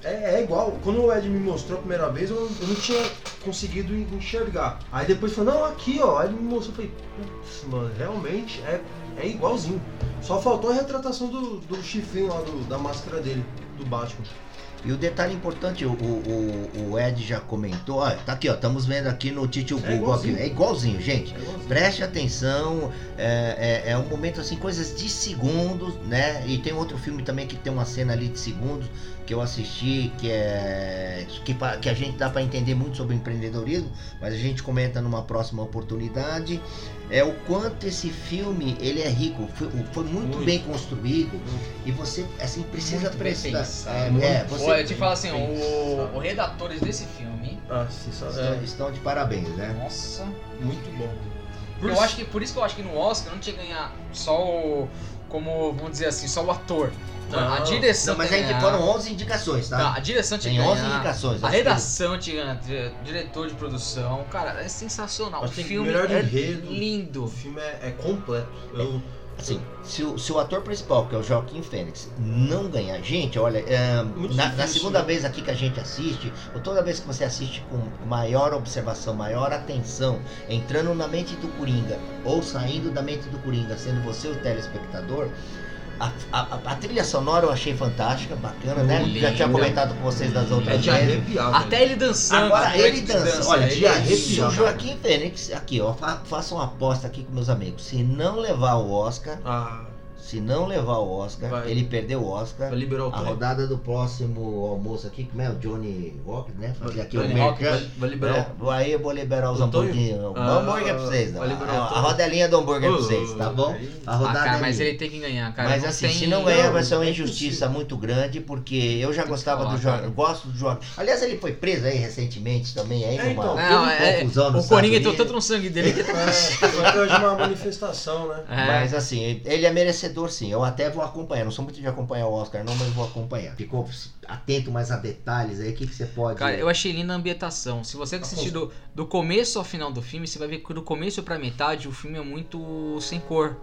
C: É, é igual. Quando o Ed me mostrou a primeira vez, eu, eu não tinha conseguido enxergar. Aí depois falou, não, aqui ó. Aí ele me mostrou, eu falei, putz, mano, realmente é, é igualzinho. Só faltou a retratação do, do chifrinho lá, do- da máscara dele, do Batman.
D: E o detalhe importante, o, o, o- o Ed já comentou, ó, tá aqui, ó, estamos vendo aqui no Titio
C: É
D: Google, aqui,
C: igualzinho.
D: é igualzinho, gente.
C: É igualzinho.
D: Preste atenção, é, é, é um momento assim, coisas de segundos, né? E tem outro filme também que tem uma cena ali de segundos que eu assisti, que é que, pa- que a gente dá para entender muito sobre empreendedorismo, mas a gente comenta numa próxima oportunidade. É o quanto esse filme ele é rico, foi, foi muito,
C: Muito.
D: bem construído e você assim precisa
B: Muito bem
D: prestar.
B: pensado.
D: é,
B: Pô, eu te falo assim,
D: pensa.
B: o, o redatores desse filme.
C: Ah, sensacional.
D: Estão, estão de parabéns, né?
B: Nossa.
C: Muito bom.
B: eu acho que por isso que eu acho que no Oscar não tinha que ganhar só o. Como vamos dizer assim, só o ator.
C: Não.
B: a direção.
D: Não, mas
B: tinha
D: aí
B: que ganhar.
D: foram 11 indicações,
B: Não,
D: tá?
B: a direção tinha
D: Tem
B: que
D: 11
B: ganhar.
D: indicações.
B: A
D: acho que-
B: redação tinha ganhar, dire- diretor de produção, cara, é sensacional. O
C: Mas tem
B: filme
C: melhor
B: é
C: enredo. O
B: lindo.
C: filme é, é completo. Eu-
D: Assim, se o, se o ator principal, que é o Joaquim Fênix, não ganhar, gente, olha, é,
C: Muito
D: na, na
C: difícil,
D: segunda
C: né?
D: vez aqui que a gente assiste, ou toda vez que você assiste com maior observação, maior atenção, entrando na mente do Coringa, ou saindo da mente do Coringa, sendo você o telespectador. A, a- a- a trilha sonora eu achei fantástica, bacana, né?
B: Linda.
D: Já tinha comentado com vocês das outras
C: é de
D: vezes.
C: arrepiar. é
B: Até
C: velho.
B: ele dançando. a
D: Agora
B: parte
D: ele
B: de
D: dança. Olha,
B: ele-
C: de arrepio,
D: se o
C: cara.
D: Joaquim Fênix, aqui, ó, fa faça uma aposta aqui com meus amigos. Se não levar o Oscar,
C: Ah,
D: se não levar o Oscar,
C: Vai.
D: ele perdeu o
C: pra
D: Oscar.
C: liberar o
D: A
C: Tom.
D: rodada do próximo almoço aqui, como é? O Johnny Walker, né? Fazer aqui o
C: Vai-
D: merchan.
C: vai- vai liberar o
D: É, aí eu vou liberar os
C: O Tonho?
D: hambúrgueres. O
C: Ah,
D: hambúrguer é pra vocês. né?
C: vai liberar
D: a,
C: o Tonho.
D: a rodelinha do hambúrguer pra
C: Ô,
D: vocês, tá bom?
C: aí.
D: A
B: Ah,
D: rodada
B: cara,
D: é
B: mas
D: minha.
B: ele tem que ganhar, cara.
D: Mas
B: não
D: assim,
B: tem-
D: se não ganhar,
C: Não,
D: vai ser uma
C: é
D: injustiça
C: impossível.
D: muito grande, porque eu já
B: que
D: gostava
B: falar,
D: do Joaquim.
B: cara.
D: Eu gosto do Joaquim. Aliás, ele foi preso aí recentemente também, aí
C: É,
D: numa
C: então.
B: Não, é-
D: confusão nos
B: O Coringa
D: Estados
B: entrou tanto
D: Unidos.
B: no sangue dele que tá-
C: É, foi hoje uma manifestação, né?
B: É.
D: Mas assim, ele é merecedor sim. Eu até vou acompanhar. Não sou muito de acompanhar o Oscar, não, mas vou acompanhar. Ficou atento mais a detalhes aí. O que, que você pode.
B: Cara, eu achei linda a ambientação. Se
D: Tá
B: você assistir do, do começo ao final do filme, você vai ver que do começo pra metade o filme é muito sem cor.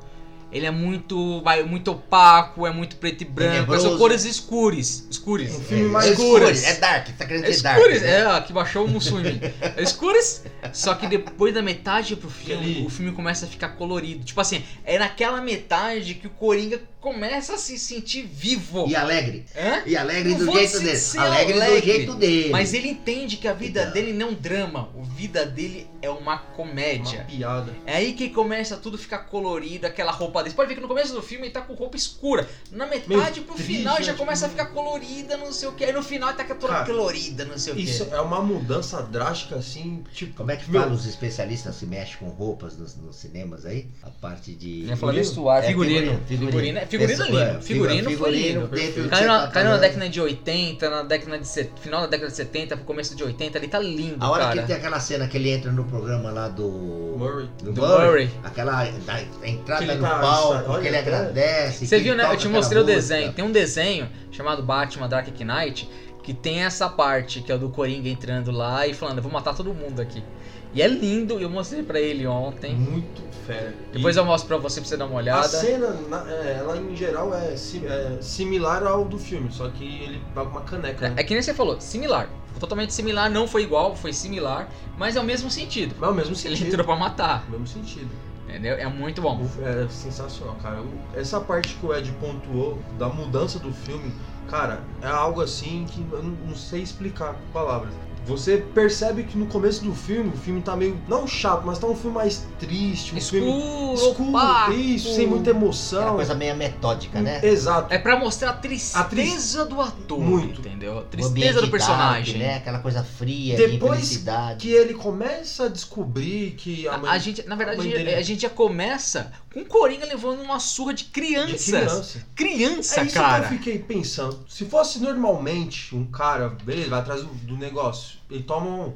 B: Ele é muito, vai, muito opaco, é muito preto e branco,
D: Tenebroso.
B: são cores escures. Escures.
C: Um
D: É,
C: filme mais
D: escuro,
B: escuro.
D: É dark, você tá querendo dizer dark.
B: Escures,
D: né?
B: é, ó, que baixou o Mussum em mim. Escures Só que depois da metade pro filme,
C: Ali.
B: o filme começa a ficar colorido. Tipo assim, é naquela metade que o Coringa começa a se sentir vivo.
D: E alegre.
B: Hã?
D: E alegre
B: Não
D: do
B: vou
D: jeito
B: se-
D: dele.
B: ser
D: Alegre, do
B: alegre,
D: jeito dele.
B: Mas ele entende que a vida
D: Então.
B: dele não é um drama, a vida dele é uma
C: Uma
B: comédia.
C: piada.
B: É aí que começa tudo ficar colorido, aquela roupa dele. Você pode ver que no começo do filme ele tá com roupa escura. Na metade
C: Meio
B: pro
C: triste,
B: final ele já
C: né?
B: começa a ficar colorida, não sei o que. Aí no final ele tá toda
C: Cara,
B: colorida, não sei o
C: Isso
B: que.
C: é uma mudança drástica, assim, tipo...
D: Como é que
C: meu,
D: fala os especialistas que mexem com roupas nos, nos cinemas aí? A parte de. É,
B: Figurino. Figurino,
D: Figurino.
B: é- figurino
D: Esse-
B: lindo. Figurino
D: é,
B: foi lindo.
D: Figurino dentro do que
B: Caiu
D: você
B: na,
D: tá
B: caiu na
D: falando.
B: década de 80, na década de set- final da década de 70, pro começo de 80, ele tá lindo,
D: A hora
B: cara.
D: que tem aquela cena que ele entra no programa lá do.
C: Murray.
D: Do
B: Do
D: Murray.
B: Murray.
D: Aquela da- da entrada
C: Que ele
D: no
C: tá-
D: palco,
C: olha,
D: que ele
C: é.
D: agradece.
B: Você
D: que
B: viu,
D: ele
B: né? Eu
D: toca
B: te
D: aquela
B: mostrei o
D: música.
B: desenho. Tem um desenho chamado Batman Dark Knight que tem essa parte que é o do Coringa entrando lá e falando, eu vou matar todo mundo aqui. E é lindo, eu mostrei pra ele ontem.
C: Muito fera.
B: Depois
D: é
C: E
B: eu mostro pra você pra você dar uma
C: a
B: olhada.
C: cena, na- é, ela em geral é, si- é similar ao do filme, só que ele paga uma caneca. né?
B: É que nem você falou, similar. Totalmente similar, não foi igual, foi similar, mas é o mesmo sentido.
C: Mas é o mesmo
B: Ele
C: sentido. É
B: entrou pra matar,
C: O mesmo sentido.
B: entendeu? É muito bom.
C: É sensacional, cara. O- Essa parte que o Ed pontuou da mudança do filme, cara, é algo assim que eu não não sei explicar com palavras. Você percebe que no começo do filme, o filme tá meio. não chato, mas tá um filme mais triste, um filme
B: Escuro,
C: escuro,
B: opaco.
C: triste, sem muita
D: Aquela
C: emoção.
D: coisa meio metódica, né?
C: Exato.
B: É pra mostrar a tristeza
C: A tris-
B: do ator,
C: Muito.
B: entendeu? A
D: O ambiente
B: tristeza do
D: dark,
B: personagem.
D: né? Aquela coisa fria,
C: Depois
D: de infelicidade.
C: Que ele começa a descobrir que a,
B: A,
C: mãe
B: a gente, na verdade, a
C: a mãe
B: gente,
C: dele- é.
B: a gente já começa com o Coringa levando uma surra de
C: de
B: crianças.
C: criança.
B: Criança,
C: é isso
B: cara.
C: que eu fiquei pensando. Se fosse normalmente um cara, beleza, vai atrás do, do negócio, ele toma um-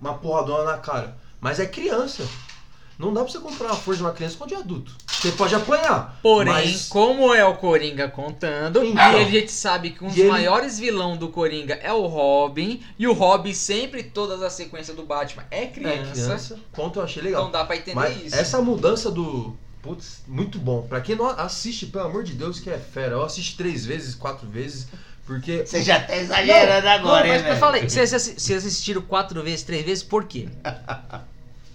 C: uma porradona na cara. Mas é criança. Não dá pra você comprar a força de uma criança com de adulto. Você pode apanhar.
B: Porém,
C: mas-
B: como é o Coringa contando,
C: Então.
B: e a gente sabe que um dos
C: E ele-
B: maiores vilões do Coringa é o Robin, e o Robin sempre, todas as sequências do Batman, é
C: É
B: criança.
C: criança. Quanto eu achei legal.
B: Não dá pra entender
C: Mas
B: isso.
C: essa mudança do. Putz, muito bom. Pra quem não assiste, pelo amor de Deus, que é fera. Eu assisti três vezes, quatro vezes, porque.
D: Você já tá exagerando agora,
B: Não, mas
D: hein,
B: eu
D: velho?
B: falei, vocês assi- vocês assistiram quatro vezes, três vezes, por quê?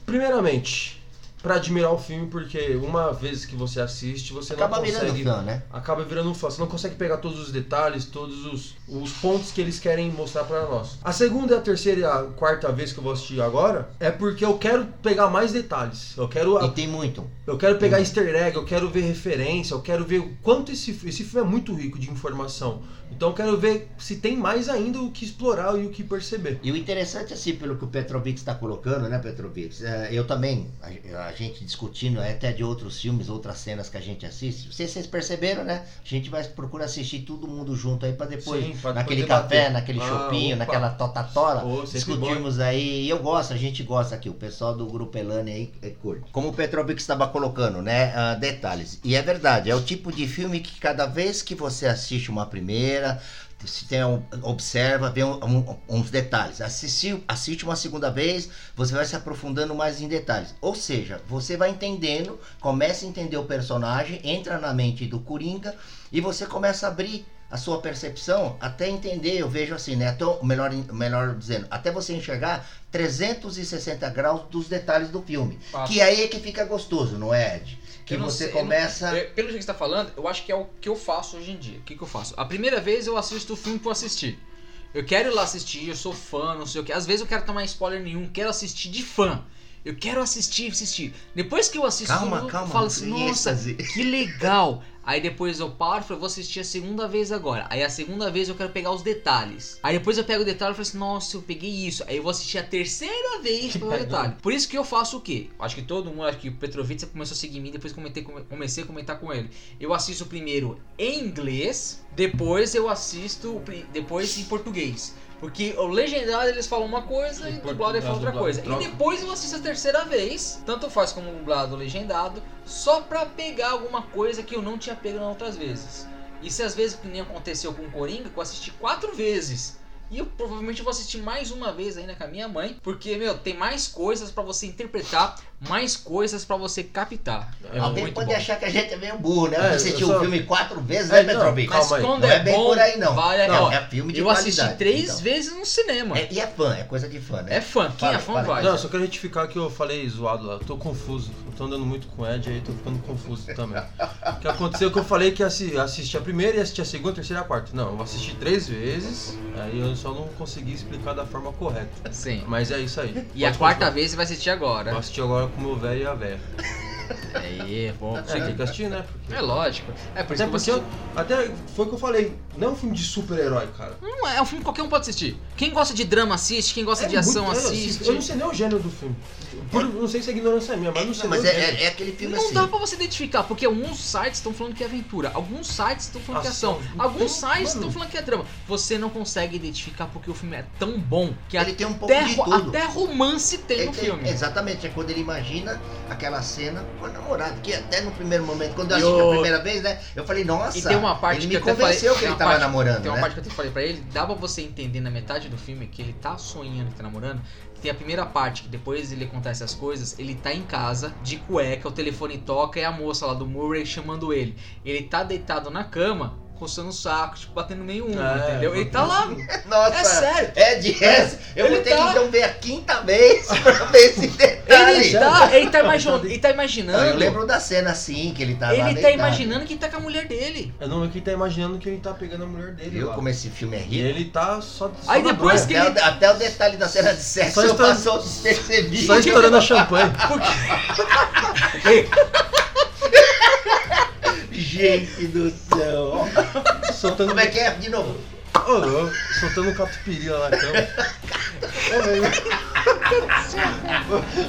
C: Primeiramente, pra admirar o filme, porque uma vez que você assiste, você
D: Acaba
C: não
D: virando
C: consegue
D: fã, né?
C: acaba virando um fã. Você não consegue pegar todos os detalhes, todos os, os pontos que eles querem mostrar pra nós. A segunda, a terceira e a quarta vez que eu vou assistir agora é porque eu quero pegar mais detalhes. Eu quero,
D: E tem muito.
C: eu quero pegar easter egg, eu quero ver referência, eu quero ver o quanto esse, esse filme é muito rico de informação. Então eu quero ver se tem mais ainda o que explorar e o que perceber.
D: E o interessante, assim, pelo que o Petrovic está colocando, né, Petrovic? É, eu também, a, a gente discutindo é até de outros filmes, outras cenas que a gente assiste. Vocês, vocês perceberam, né? A gente vai procura assistir todo mundo junto aí pra depois,
C: Sim, pra depois
D: naquele
C: debater.
D: café, naquele
C: Ah,
D: chopinho,
C: opa.
D: naquela totatora.
C: Ô, sempre
D: discutimos aí. E eu gosto, a gente gosta aqui. O pessoal do Grupo Elane aí é curto. Como o Petrovic estava colocando, né? ah, detalhes. E é verdade, é o tipo de filme que cada vez que você assiste uma primeira, se tem um- observa, vê um- um- uns detalhes. Assiste, assiste uma segunda vez, você vai se aprofundando mais em detalhes. Ou seja, você vai entendendo, começa a entender o personagem, entra na mente do Coringa e você começa a abrir a sua percepção até entender, eu vejo assim, né? Até, o- melhor, melhor dizendo, até você enxergar 360 graus dos detalhes do filme. Que aí é que fica gostoso, não é, Ed? Que
B: Eu não
D: você
B: sei, eu não-
D: começa.
B: É, Pelo jeito que você tá falando, eu acho que é o que eu faço hoje em dia. O que, que eu faço? A primeira vez eu assisto o filme que eu assisti. Eu quero ir lá assistir, eu sou fã, não sei o que. Às vezes eu quero tomar spoiler nenhum, quero assistir de fã. Eu quero assistir, assistir. Depois que eu assisto,
D: Calma,
B: eu
D: calma.
B: falo assim,
D: não tem
B: nossa,
D: êxtase."
B: que legal. Aí depois eu paro e falo, vou assistir a segunda vez agora. Aí a segunda vez eu quero pegar os detalhes. Aí depois eu pego o detalhe e falo assim, nossa, eu peguei isso. Aí eu vou assistir a terceira vez
C: Que
B: pra pegar o
C: pega.
B: detalhe. Por isso que eu faço o quê? Acho que todo mundo, acho que o Petrovic começou a seguir mim, depois comentei- come- comecei a comentar com ele. Eu assisto primeiro em inglês, depois eu assisto o pri- depois em português. Porque o legendado eles falam uma coisa
C: E
B: e o dublado eles falam outra
C: dublado,
B: coisa.
C: troca.
B: E depois eu assisto a terceira vez, tanto faz como dublado ou legendado, só pra pegar alguma coisa que eu não tinha pego nas outras vezes. E se às vezes que nem aconteceu com o Coringa, que eu assisti quatro vezes. E eu provavelmente vou assistir mais uma vez ainda com a minha mãe, porque, meu, tem mais coisas pra você interpretar, mais coisas pra você captar. É
D: Alguém
B: muito
D: pode
B: bom.
D: achar que a gente é meio burro, né?
C: É, eu
D: assistiu o
C: só-
D: filme quatro vezes,
C: É,
D: né,
C: não,
D: Petrovic?
B: Mas
C: Calma aí.
B: quando
D: Não
B: é,
D: é bem
B: bom,
D: por aí, não.
B: Vale a-
D: Não,
B: ó,
D: é filme de
B: Eu
D: qualidade,
B: assisti três
D: então.
B: vezes no cinema. É,
D: É- e é fã, é coisa de fã, né?
B: fã. Quem
D: Fala,
B: é fã
D: fala.
B: vai.
C: Não, eu só quero retificar que eu falei zoado lá. Eu tô confuso. Eu tô andando muito com o Ed aí, tô ficando confuso também. O que aconteceu é que eu falei que assi assisti a primeira e assisti a segunda, a terceira e a quarta. Não, eu assisti três vezes, aí eu só não consegui explicar da forma correta.
B: Sim.
C: Mas é isso aí.
B: E a quarta vez você vai assistir agora.
C: Eu assisti agora com o meu velho e a velha.
B: Aí, é bom.
D: É.
C: Você tem que assistir, né? Porque...
B: É lógico. É por isso
C: Até
B: que
C: porque
B: você...
C: eu, até foi o que eu falei, não é um filme de super-herói, cara.
B: Não é, é um filme que qualquer um pode assistir. Quem gosta de drama assiste, quem gosta
C: É
B: de ação
C: muito- eu
B: assiste.
C: assisto- Eu não sei nem o gênero do filme. Por- não sei se é ignorância minha, mas não sei.
D: Não, mas
C: nem
D: é,
C: o gênero.
D: é- é aquele filme
B: Não
D: assim.
B: dá pra você identificar, porque alguns sites estão falando que é aventura, alguns sites estão falando que é
C: Ação.
B: ação, alguns
C: Então,
B: sites estão
C: mano.
B: falando que é drama. Você não consegue identificar porque o filme é tão bom que
D: Ele tem um pouco
B: até,
D: de
B: ro-
D: tudo.
B: até romance tem
D: É,
B: no
D: é,
B: filme.
D: Exatamente, é quando ele imagina aquela cena com a namorada, que até no primeiro momento, quando eu
B: E
D: assisti
B: o-
D: a primeira vez, né, eu falei, nossa,
B: E tem uma parte que
D: ele me
B: eu até falei,
D: convenceu
B: tem
D: que ele
B: uma
D: tava
B: parte-
D: namorando,
B: Tem uma
D: né?
B: parte que eu até falei pra ele, dá pra você entender na metade do filme que ele tá sonhando que tá namorando. Tem a primeira parte, que depois ele acontece as coisas, ele tá em casa, de cueca, o telefone toca e a moça lá do Murray chamando ele. Ele tá deitado na cama, coçando o saco, tipo, batendo meio um,
C: É,
B: entendeu? Ele tá lá, é
D: Nossa,
B: sério.
D: é de essa, eu
B: Ele
D: vou ter
B: tá-
D: que então ver a quinta vez pra ver esse detalhe.
B: Ele tá, ele tá, imagi- ele tá imaginando,
D: Não, eu lembro da cena assim, que ele tá lá
B: ele tá
D: deitado.
B: imaginando que tá com a mulher dele.
C: É não é que ele tá imaginando que ele tá pegando a mulher dele.
D: Viu
C: lá.
D: como esse filme é
C: E
D: rico?
C: ele tá só. só
B: Aí
C: na
B: depois
C: boia.
B: que
D: Até,
B: ele-
D: o, até o detalhe da cena de sexo
C: Só
D: eu
C: estourando-
D: passou despercebido.
C: Só estourando a champanhe.
D: Gente do céu.
C: soltando.
D: Como é que é? De novo.
C: Ô, ô, soltando um catupiry lá na cama.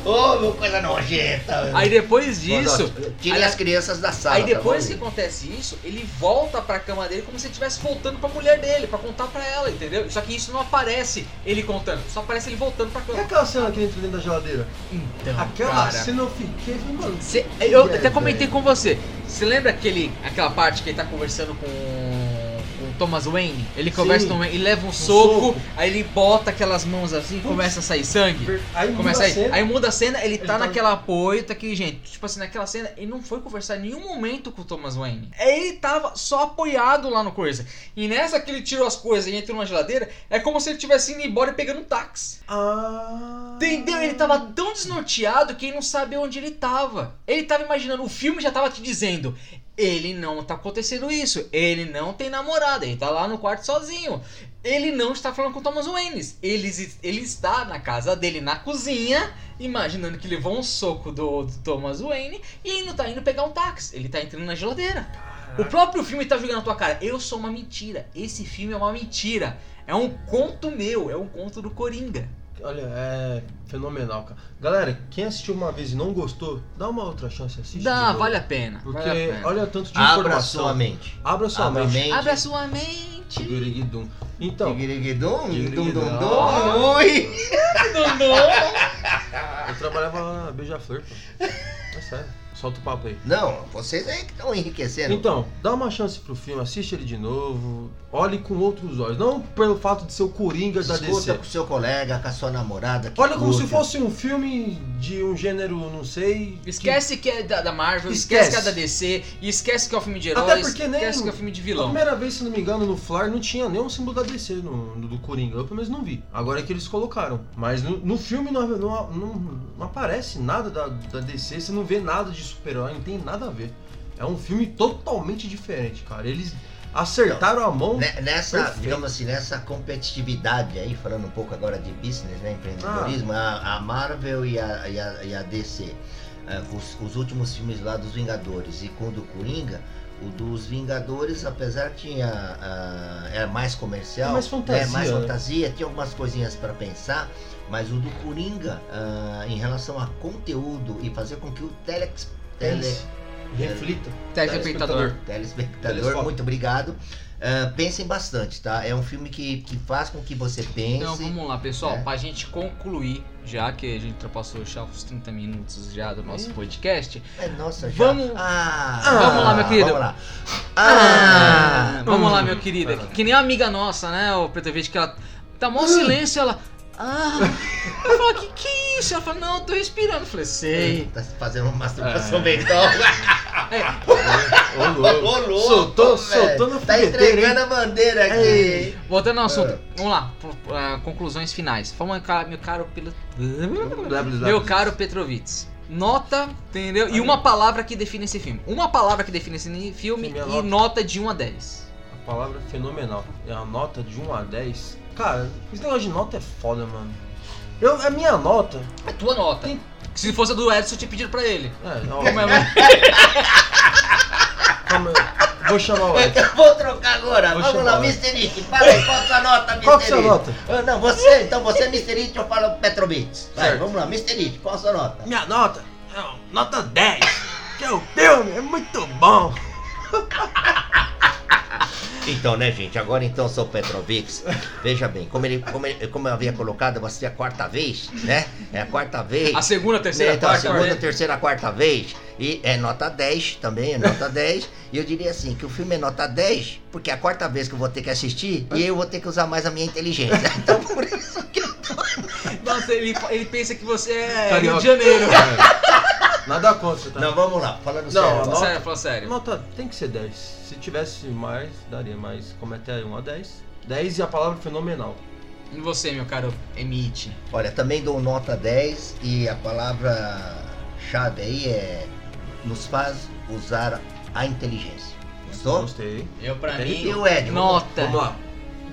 D: Ô, meu, coisa nojenta.
B: Aí depois disso,
D: Mas, ó, Tirem
B: Aí-
D: as crianças da sala.
B: Aí
D: tá
B: depois que
D: bom?
B: acontece isso, ele volta pra cama dele como se ele estivesse voltando pra mulher dele, pra contar pra ela, entendeu? Só que isso não aparece ele contando, só aparece ele voltando pra
C: E
B: cama.
C: é aquela cena que ele entra dentro da geladeira?
B: Então,
C: Aquela
B: cara.
C: cena eu fiquei, falei, mano.
B: cê- eu
C: É,
B: até comentei
C: velho.
B: com você. Você lembra aquele, aquela parte que ele tá conversando com, com o Thomas Wayne? Ele conversa
C: Sim.
B: com o Wayne, ele leva um, soco,
C: soco.
B: aí ele bota aquelas mãos assim e
C: Putz.
B: começa a sair sangue.
C: Aí
B: Começa
C: começa
B: aí. Aí muda a cena, ele,
C: Ele
B: tá
C: tá-
B: naquela apoio, tá aqui, gente. Tipo assim, naquela cena, ele não foi conversar em nenhum momento com o Thomas Wayne. Ele tava só apoiado lá no coisa. E nessa que ele tirou as coisas e entrou na geladeira, é como se ele tivesse indo embora e pegando um táxi.
C: Ah.
B: Entendeu? Ele tá- tava tão desnorteado que ele não sabia onde ele tava. Ele tava imaginando, o filme já tava te dizendo. Ele não tá acontecendo isso. Ele não tem namorada. Ele tá lá no quarto sozinho. Ele não está falando com o Thomas Wayne. Ele, ele está na casa dele, na cozinha, imaginando que levou um soco do, do Thomas Wayne e ele não tá indo pegar um táxi, ele tá entrando na geladeira. O próprio filme tá jogando na tua cara. Eu sou uma mentira. Esse filme é uma mentira. É um conto meu, é um conto do Coringa.
C: Olha, é fenomenal, cara. Galera, quem assistiu uma vez e não gostou, dá uma outra chance, assiste. de
B: Dá,
C: novo.
B: vale a pena.
C: Porque
B: vale a pena.
C: olha o tanto de
D: Abra
C: informação.
D: sua mente.
C: Abra sua
D: Abra a
C: mente.
D: mente.
B: Abre a sua mente.
C: Tiguriguidum. Então,
D: Tigiriguidum,
C: Tigiriguidum.
D: dum, dum, dum, ui.
C: eu trabalhava lá na Beija-Flor, pô. É sério. Solta o papo aí.
D: Não, vocês aí que estão enriquecendo.
C: Então, dá uma chance pro filme, assiste ele de novo, olhe com outros olhos. Não pelo fato de ser o Coringa da
D: Escuta
C: DC.
D: com seu colega, com a sua namorada. que
C: Olha como
D: curte.
C: se fosse um filme de um gênero, não sei. que-
B: Esquece que é da, da Marvel, esquece.
C: Esquece.
B: que é da DC, e esquece que é o filme de
C: Até
B: heróis,
C: porque nem-
B: esquece que é o filme de
C: A
B: vilão.
C: primeira vez, se não me engano, no Flyer não tinha nenhum símbolo da DC no, no- do Coringa. Eu pelo menos não vi. Agora é que eles colocaram. Mas no, no filme não, não- não- não aparece nada da, da DC, você não vê nada de super-herói, não tem nada a ver. É um filme totalmente diferente, cara. Eles acertaram a mão.
D: Ne- Nessa,
C: Então, Perfeito.
D: digamos assim, nessa competitividade aí, falando um pouco agora de business, né, empreendedorismo,
C: Ah.
D: a, a Marvel e a, e a- e a DC, eh, os, os últimos filmes lá dos Vingadores e com o do Coringa, o dos Vingadores, apesar que tinha, ah, era mais comercial,
C: É mais fantasia,
D: né, mais
C: né?
D: fantasia, tinha algumas coisinhas para pensar, mas o do Coringa, ah, em relação a conteúdo e fazer com que o telex, tele,
C: Eles- é Reflita.
B: Tá Telespectador.
D: telespectador,
C: Telespectador.
D: muito obrigado. Ah, pensem bastante, tá? É um filme que, que faz com que você pense.
B: Então vamos lá, pessoal,
D: É.
B: pra gente concluir, já que a gente ultrapassou já os 30 minutos já do nosso
C: Ih.
B: podcast.
D: É, nossa, já.
B: Vamos-
D: Ah,
B: Vamos lá, meu querido.
D: Vamos lá. Ah,
B: vamos lá, meu
C: hum.
B: querido.
C: Ah.
B: Que nem a amiga nossa, né, o Preto Verde, que ela Tá
C: Hum.
B: mó silêncio, ela. Ah! Eu falo, que que é isso? Ela fala, não, eu tô respirando. Eu falei, sei.
D: Tá se fazendo uma masturbação
B: Ah.
D: mental.
B: É,
C: Ô, louco.
D: Ô, louco,
C: Soltou,
D: velho.
C: soltou no
D: Tá
C: fogueteiro, hein?
D: entregando a bandeira aqui.
C: Ei.
B: voltando ao assunto, vamos lá, pro- ah, conclusões finais. Fala, meu caro- meu caro pelo.
C: Blá, blá, blá,
B: Meu
C: blá.
B: caro Petrovitz. Nota, entendeu? E uma palavra que define esse filme. Uma palavra que define esse filme
C: Sim,
B: e
C: minha nota.
B: nota de 1 a 10.
C: A palavra é fenomenal. É a nota de 1 a 10. Cara, esse negócio de nota é foda, mano. Eu, a minha nota.
B: É tua nota. Que Se fosse a do Edson, eu tinha pedido pra ele.
C: É, ó,
B: Como é-
C: calma, eu vou chamar o Edson.
D: Eu vou trocar agora.
C: Vou
D: Vamos
C: chamar.
D: lá, Mr. It. Fala aí, qual a sua nota, Mr.
C: Qual que é a sua
D: It?
C: nota?
D: Ah, Não, você, então você é Mr. It, eu falo Petrobits. Vai,
C: Certo.
D: vamos lá, Mr. It, qual a sua nota?
C: Minha nota é uma nota 10. Que é o filme, é muito bom.
D: Então, né, gente? Agora então sou o Petrovics. Veja bem, como, ele, como, ele- como eu havia colocado, vai ser a quarta vez, né? É a quarta vez.
B: A segunda, a terceira,
D: né?
B: a
D: então, a
B: quarta, né?
D: segunda, terceira, quarta vez. E é nota 10 também, é nota 10. E eu diria assim, que o filme é nota 10, porque é a quarta vez que eu vou ter que assistir e eu vou ter que usar mais a minha inteligência. Então, por isso que eu tô...
B: Nossa, ele, ele pensa que você é
C: Carioca.
B: Rio de Janeiro.
C: É. Nada contra, tá?
D: Não, vamos lá, falando
C: Não,
D: sério.
C: a
B: Fala
C: nota-
B: sério, fala sério.
C: Nota tem que ser 10. Se tivesse mais, daria, mas como é até 1 a 10. 10 e a palavra é fenomenal.
B: E você, meu caro Emite?
D: Olha, também dou nota 10 e a palavra chave aí é nos faz usar a inteligência. Gostou?
C: Gostei.
B: Eu, pra
C: Entendi.
D: E
B: mim,
D: o Ed?
B: nota
C: Vamos lá.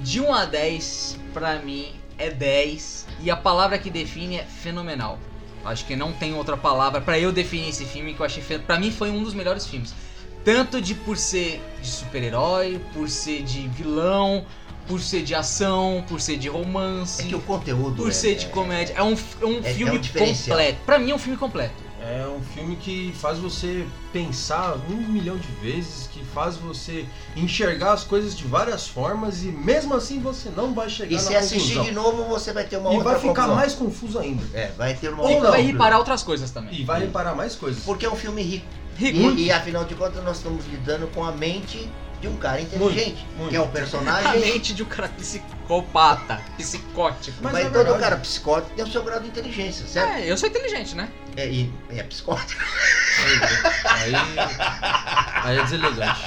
B: de 1 a 10, pra mim, é 10. E a palavra que define é fenomenal. Acho que não tem outra palavra pra eu definir esse filme que eu achei. fe- Pra mim, foi um dos melhores filmes. Tanto de por ser de super-herói, por ser de vilão, por ser de ação, por ser de romance,
D: É que o conteúdo.
B: por
D: é-
B: ser de comédia. É um, f- é um
D: é- é
B: filme
D: um diferencial.
B: completo. Pra mim, é um filme completo.
C: É um filme que faz você pensar um milhão de vezes, que faz você enxergar as coisas de várias formas e mesmo assim você não vai chegar
D: é. E
C: na
D: se
C: conclusão.
D: assistir de novo, você vai ter uma
C: e
D: outra
C: vai ficar
D: conclusão.
C: mais confuso ainda.
D: É, vai ter uma
C: Ou
D: outra.
C: não.
B: Vai reparar outras coisas também.
C: E vai reparar mais coisas.
D: Porque é um filme rico.
B: Rigor.
D: E, e, afinal de contas, nós estamos lidando com a mente de um cara inteligente.
C: muito.
D: Que é um
B: A
D: personagem.
B: mente de um cara psicopata, psicótico.
C: Mas
D: Mas,
C: é
D: todo
C: verdade.
D: cara psicótico tem o seu grau de inteligência, certo?
B: É, eu sou inteligente, né?
D: É, e, é psicótico.
C: Aí, né? aí é deselegante.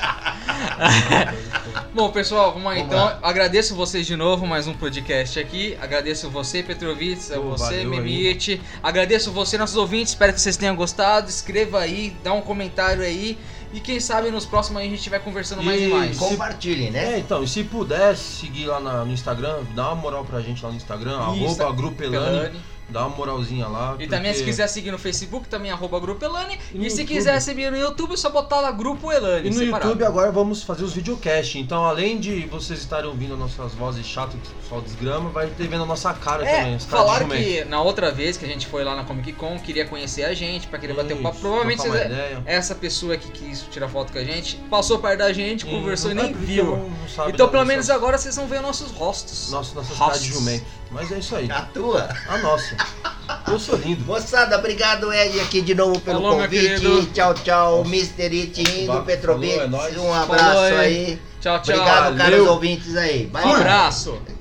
B: Bom, pessoal, vamos lá
D: Vamos
B: então.
D: lá.
B: Agradeço vocês de novo, mais um podcast aqui. Agradeço você, Petrovitz, a
C: Pô,
B: você,
C: valeu aí.
B: Mimite. Agradeço você, nossos ouvintes. Espero que vocês tenham gostado. Escreva aí, dá um comentário aí. E quem sabe nos próximos aí a gente vai conversando mais e
C: E
B: mais.
C: com-
D: Compartilhem, né?
C: É, então, e se puder seguir lá na- no Instagram, dá uma moral pra gente lá no Instagram,
B: Insta-
C: arroba grupelani,
B: Pelani.
C: dá uma moralzinha lá.
B: E também, se
C: porque-
B: quiser seguir no Facebook, também arroba Grupo Elane.
C: E
B: E,
C: no
B: se
C: YouTube?
B: quiser seguir no YouTube, é só botar lá Grupo Elane.
C: E no
B: separado.
C: YouTube agora vamos fazer os videocasts. Então, além de vocês estarem ouvindo nossas vozes chatas que só desgrama, vai ter vendo a nossa cara também. tá?
B: É,
C: os caras de
B: falaram
C: jumento.
B: que na outra vez que a gente foi lá na Comic Con, queria conhecer a gente, pra querer bater um papo.
C: Isso,
B: Provavelmente
C: trocar uma
B: vocês-
C: ideia.
B: essa pessoa que quis tirar foto com a gente passou perto da gente, conversou e
C: Não,
B: nem
C: é porque
B: viu.
C: não- não sabe
B: Então,
C: da
B: pelo
C: nossa-
B: menos agora vocês vão ver nossos rostos.
C: Nossa, nossa
B: Nossa.
C: cidade de jumento. Mas é isso aí.
D: A tua.
C: A nossa. Eu sou lindo.
D: Moçada, obrigado Ed aqui de novo pelo
B: Falou, meu
D: convite.
B: querido.
D: Tchau, tchau, Mr. It
C: Falou,
D: indo, Petrobit.
C: é nóis.
D: Um abraço
B: Falou, Ed.
D: aí.
B: Tchau, tchau.
D: Obrigado,
C: Valeu.
D: caros ouvintes aí.
B: Um abraço.